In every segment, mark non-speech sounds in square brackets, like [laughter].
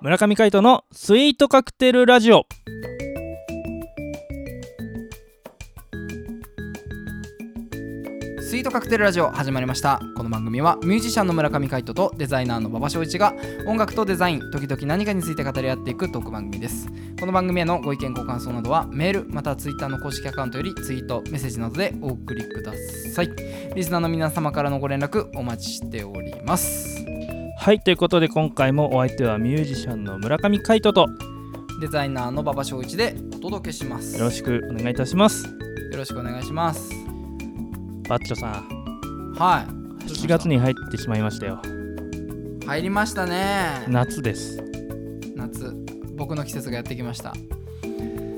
村上海人のスイートカクテルラジオスイートカクテルラジオ始まりましたこの番組はミュージシャンの村上海人とデザイナーの馬場翔一が音楽とデザイン時々何かについて語り合っていくトーク番組ですこの番組へのご意見ご感想などはメールまたはツイッターの公式アカウントよりツイートメッセージなどでお送りくださいリスナーの皆様からのご連絡お待ちしておりますはいということで今回もお相手はミュージシャンの村上海人とデザイナーの馬場翔一でお届けしますよろしくお願いいたしますよろしくお願いしますバッチョさんはい7月に入ってしまいましたよ入りましたね夏です夏僕の季節がやってきました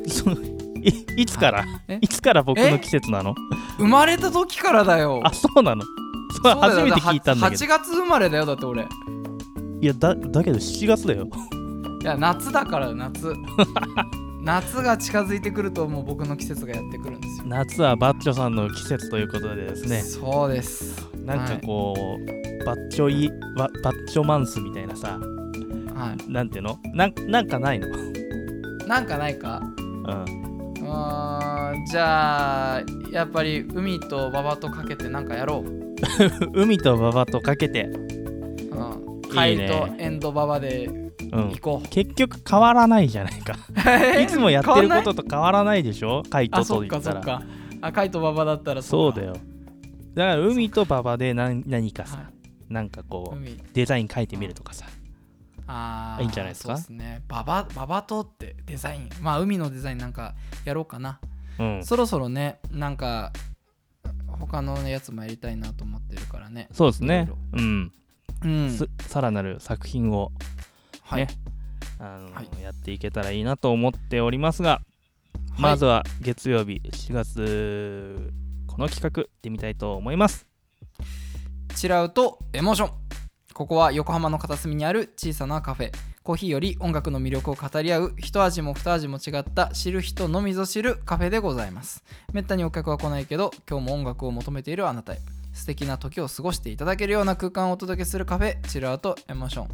そのいいつから、えいつから僕の季節なの生まれた時からだよあそうなのそうそうだよ初めて聞いたんだけど8月生まれだよだって俺いいやだだけど7月だよや夏だから [laughs] 夏夏が近づいてくるともう僕の季節がやってくるんですよ夏はバッチョさんの季節ということでですねそうですなんかこう、バッチョイババッチョマンスみたいなさはなんていうのなんなんかないの、ういなんかないかん、うーんじゃあやっぱり海と馬場とかけてなんかやろう、海と馬場とかけて、うん、い海いねとエンド馬場でうん行、こう、結局変わらないじゃないかいつもやってる変わこんないとと変わらないでしょカイト [laughs] あとそっ言かったそっらかあ海と馬場だったらそうっかだよだから海と馬場で何何かさ、はなんかい、こう海デザイン書いてみるとかさあーいいんじゃないですかそうですね。ババババとってデザイン。まあ海のデザインなんかやろうかな。うんそろそろね、なんか他のやつもやりたいなと思ってるからね。そうですいねろうん、うん。すさらなる作品をはいね。あの、はいやっていけたらいいなと思っておりますが、はいまずは月曜日7月この企画行ってみたいと思いますチラウとエモーション。ここは横浜の片隅にある小さなカフェ。コーヒーより音楽の魅力を語り合う一味も二味も違った知る人のみぞ知るカフェでございます。めったにお客は来ないけど今日も音楽を求めているあなたへ。素敵な時を過ごしていただけるような空間をお届けするカフェチラウとエモーション。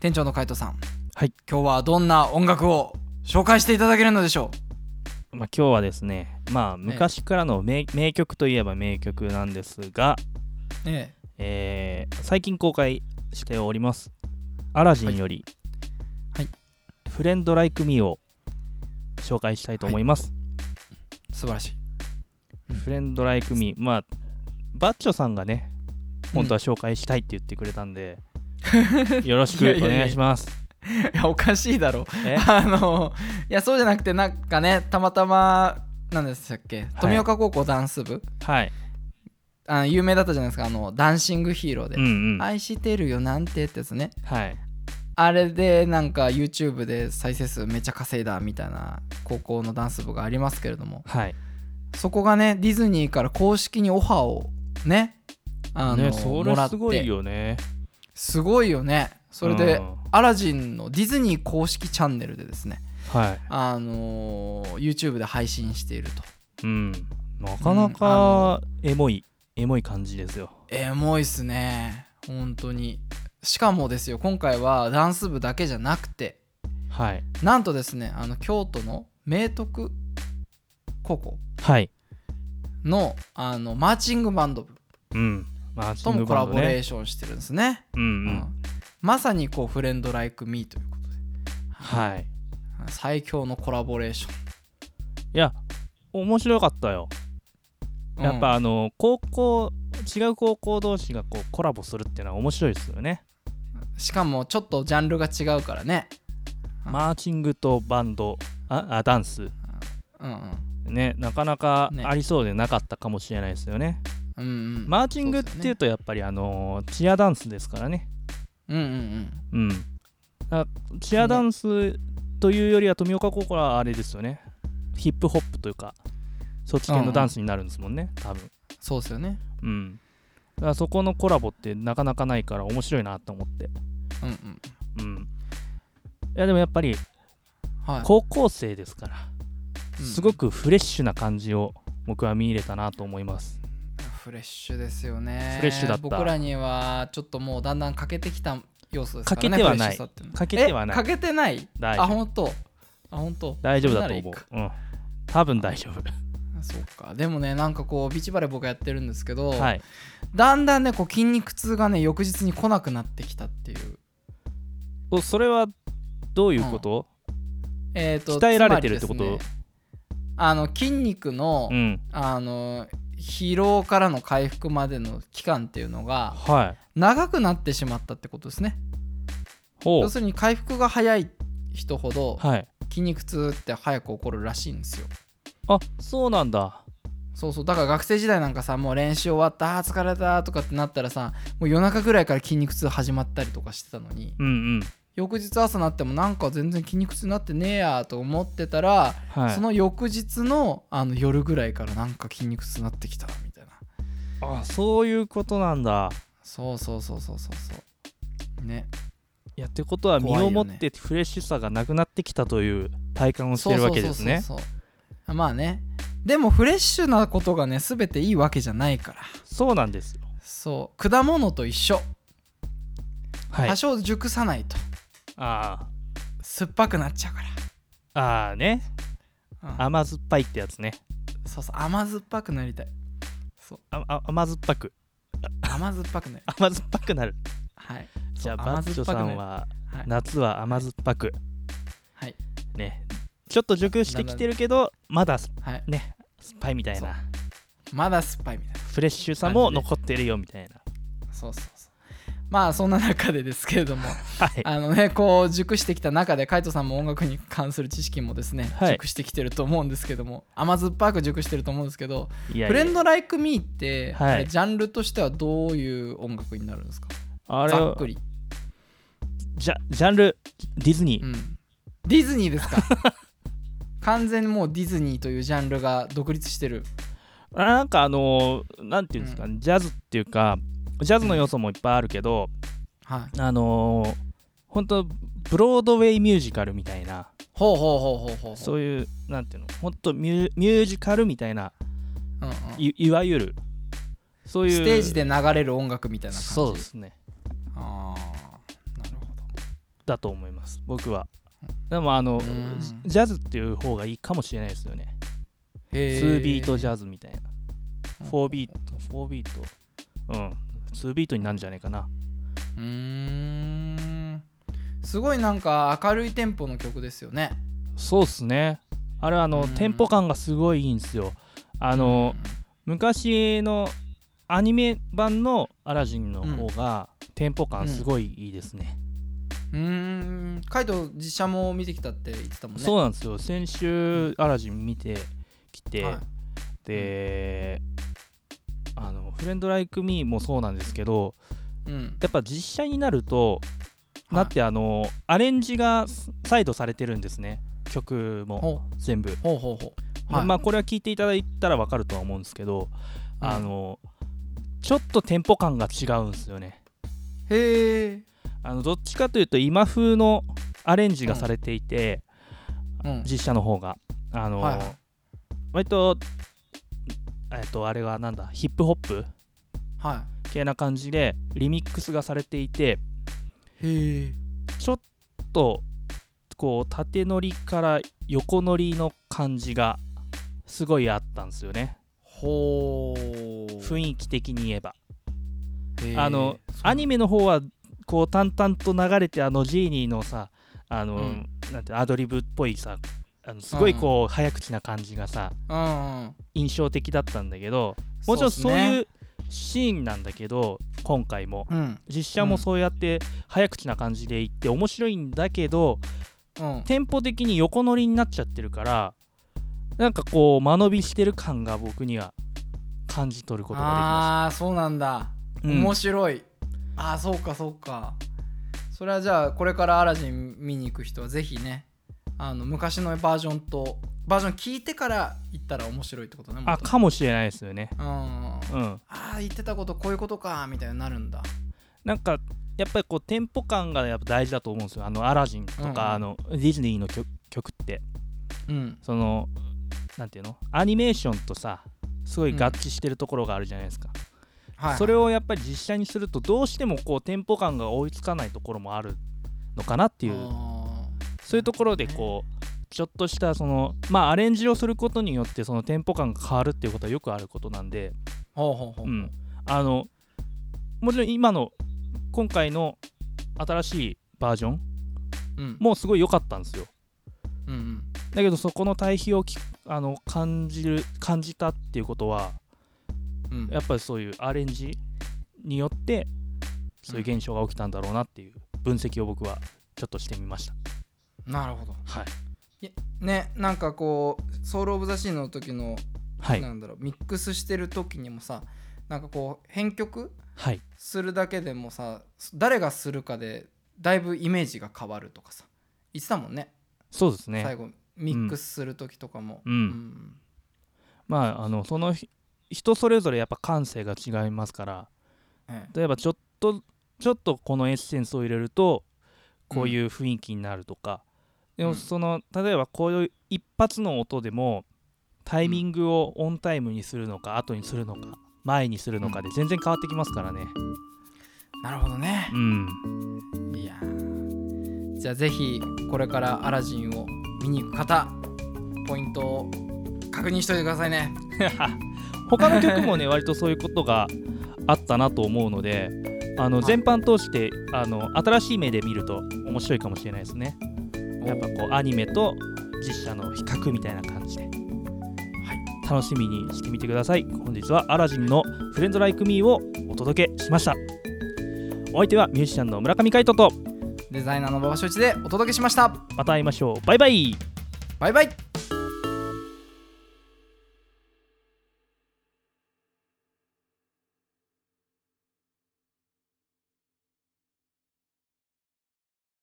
店長の海斗さん。はい。今日はどんな音楽を紹介していただけるのでしょまあ、今日はですねまあ昔からの名,、名曲といえば名曲なんですが、う。ええー最近公開しております「アラジン」より「はいはフレンド・ライク・ミー」を紹介したいと思います、え素晴らしい。フレンド・ライク・ミーまあバッチョさんがね本当は紹介したいって言ってくれたん [laughs] で、よろしくお願いしますいやおかしいだろ。えあのいやそうじゃなくてなんかねたまたまなんでしたっけ富岡高校ダンス部、はいあの有名だったじゃないですかあのダンシングヒーローで「うんうんはい、愛してるよなんて」ってやつねあれでなんか YouTube で再生数めっちゃ稼いだみたいな高校のダンス部がありますけれどもはいそこがねディズニーから公式にオファーをねあのねそもられってすごいよねすごいよねそれで、うんアラジンのディズニー公式チャンネルでですねはいあの YouTube で配信しているとうんなかなかエモい、エモい感じですよエモいっすね本当にしかもですよ今回はダンス部だけじゃなくてはいなんとですねあの京都の明徳高校はいのあのマーチングバンド部うんマーチとンもグコバランドボレーねションしてるんですね、うんううんんまさにこうフレンドライクミーということではい最強のコラボレーショいや面白かったよンやっぱあの高校違う高校同士がこうコラボするっていうのは面白いですよね。うんしかもちょっとジャンルが違うからねうんマーチングとバンドああダンスうんうんねなかなかねありそうでなかったかもしれないですよね。うんうんマーチングっていうそとやっぱりあのチアダンスですからね。うですよねうんうんうん。だチアダンスというよりは富岡高校はあれですよね。ヒップホップというかそっち系のダンスになるんですもんね多分。うんそうですよねうん。だからそこのコラボってなかなかないから面白いなと思って。うんうんうん。いやでもやっぱりはい高校生ですから、うんすごくフレッシュな感じを僕は見入れたなと思いますフレッシュですよねフレッシュだった僕らにはちょっともうだんだん欠けてきた要素ですからね欠けてはないフレッシュさってうの欠けてはないえ欠けてない大丈夫あ本当あ本当大丈夫だと思ならいいかう、うん、多分大丈夫そうかでもねなんかこうビーチバレー僕やってるんですけど、はいだんだんねこう筋肉痛がね翌日に来なくなってきたっていうおそれはどういうこと、えー、と鍛えられてるってつこまりとですねあの筋肉の、うんあの疲労からの回復までの期間っていうのがはい長くなってしまったってことですねほ要うするに回復が早い人ほどはい筋肉痛って早く起こるらしいんですよあそうなんだそうそうだから学生時代なんかさもう練習終わったあー疲れたとかってなったらさもう夜中ぐらいから筋肉痛始まったりとかしてたのにうんうん翌日朝なってもなんか全然筋肉痛になってねえやと思ってたらはいその翌日のあの夜ぐらいからなんか筋肉痛になってきたみたいなあそういうことなんだそうそうそうそうそうそうねいやってことは身怖いよをねもってフレッシュさがなくなってきたという体感をしてるわけですねそうそうそうそうまあねでもフレッシュなことがね全ていいわけじゃないからそうなんですよそう果物と一緒はい多少熟さないとあ酸っぱくなっちゃうかーあーねら、うん甘酸っぱいってやつねそうそう甘酸っぱくなりたいそうああ甘酸っぱく [laughs] 甘酸っぱくなり甘酸っぱくなるはいじゃあそうバッチョさん甘酸っはぱくなりはい、夏は甘酸っぱくはいねちょっと熟してきてるけどまだ酸はい、ね酸っぱいみたいそうなまだ酸っぱいみたいなフレッシュさも残ってるよみたいなそうそうそうまあそんな中でですけれどもはいあのねこう熟してきた中でカイトさんも音楽に関する知識もですね、はい熟してきてると思うんですけども甘酸っぱく熟してると思うんですけどいやフいレやンド・ライク・ミーって、はいあれジャンルとしてはどういう音楽になるんですかあれざっはくり、ジャジャンルディズニうーん、ディズニーで [laughs] すか完全にもうディズニーというジャンルが独立してるあなんかあのーなんていうんですかねジャズっていうかジャズの要素もいっぱいあるけどはいあのー本当ブロードウェイミュージカルみたいなほうほうほうほうほうほうそういうなんていうの本当ミュミュージカルみたいなうんうんいいわゆるそういうステージで流れる音楽みたいな感じそうですねあーなるほどだと思います僕はでもあのんジジャズっていう方がいいかもしれないですよね2 2ビートジャズみたいな4ビートト4ビートうん2ビートになるんじゃないかなうーんすごいなんか明るいテンポの曲ですよねそうっすねあれあのうんテンポ感がすごいいいんですよあの昔のアニメ版のアラジンの方がテンポ感すごいいいですね、うーんカイト実写も見てきたって言ってたもんねそううなんですよ先週アラジン見てきて、であのフレンドライクミーもそうなんですけどうんやっぱ実写になるとなってあのアレンジが再度されてるんですね曲もほう全部ほうほうほう、まあこれは聞いていただいたら分かるとは思うんですけど、うんあのちょっとテンポ感が違うんですよねへえ、あのどっちかというと今風のアレンジがされていて、うん、実写の方があの、はいはい割とえっとあれはなんだヒップホップは系な感じでリミックスがされていていへえちょっとこう縦乗りから横乗りの感じがすごいあったんですよねほう雰囲気的に言えばへーあのそうアニメの方はこう淡々と流れてあのジーニーのさあの、うんなんてアドリブっぽいさあのすごいこう早口な感じがさうんうん印象的だったんだけどもちろんそういううシーンなんだけど今回もう、うん実写もそうやって早口な感じでいって面白いんだけどうん、テンポ的に横乗りになっちゃってるからなんかこう間延びしてる感が僕には感じ取ることができまああーそうなんだした。うん面白い、ああそうかそうかそれはじゃあこれからアラジン見に行く人はぜひねあの昔のバージョンとバージョン聞いてから行ったら面白いってことねあかもしれないですよね。うんあうんあ言ってたことこういうことかみたいになるんだなんかやっぱりこうテンポ感がやっぱ大事だと思うんですよ。あのアラジンとか、うんうんあのディズニーの曲曲ってうんそのなんていうのアニメーションとさすごい合致してるところがあるじゃないですか、はい、それをやっぱり実写にするとどうしてもこうテンポ感が追いつかないところもあるのかなっていうあそういうところでこうちょっとしたそのまあアレンジをすることによってそのテンポ感が変わるっていうことはよくあることなんで、ーほうほうほう、うん、あのもちろん今の今回の新しいバージョンうんもすごい良かったんですようんうんだけどそこの対比をきあの感じる感じたっていうことはうんやっぱりそういうアレンジによってそういう現象が起きたんだろうなっていう分析を僕はちょっとしてみましたなるほどはいいやねなんかこうソウル・オブ・ザ・シーの時の、はいなんだろうミックスしてる時にもさなんかこう編曲はいするだけでもさ誰がするかでだいぶイメージが変わるとかさ言ってたもんねそうです最ね後ミックスする時とかも、うんんまああのそのひ人それぞれやっぱ感性が違いますからええ例えばちょっとちょっとこのエッセンスを入れるとこういう雰囲気になるとか、でうもんその例えばこういう一発の音でもタイミングをオンタイムにするのか後にするのか前にするのかで全然変わってきますからねなるほどねうんいやーじゃあぜひこれからアラジンを見に行く方ポイントを確認しといてくださいね [laughs] 他の曲 [laughs] もね割とそういうことがあったなと思うのであのはい全般通してあの新しい目で見ると面白いかもしれないですねやっぱこうアニメと実写の比較みたいな感じで、はい、楽しみにしてみてください本日はアラジンの「フレンドライクミーをお届けしましたお相手はミュージシャンの村上海人とデザイナーの馬場所一でお届けしましたまた会いましょうバイバイバイバイ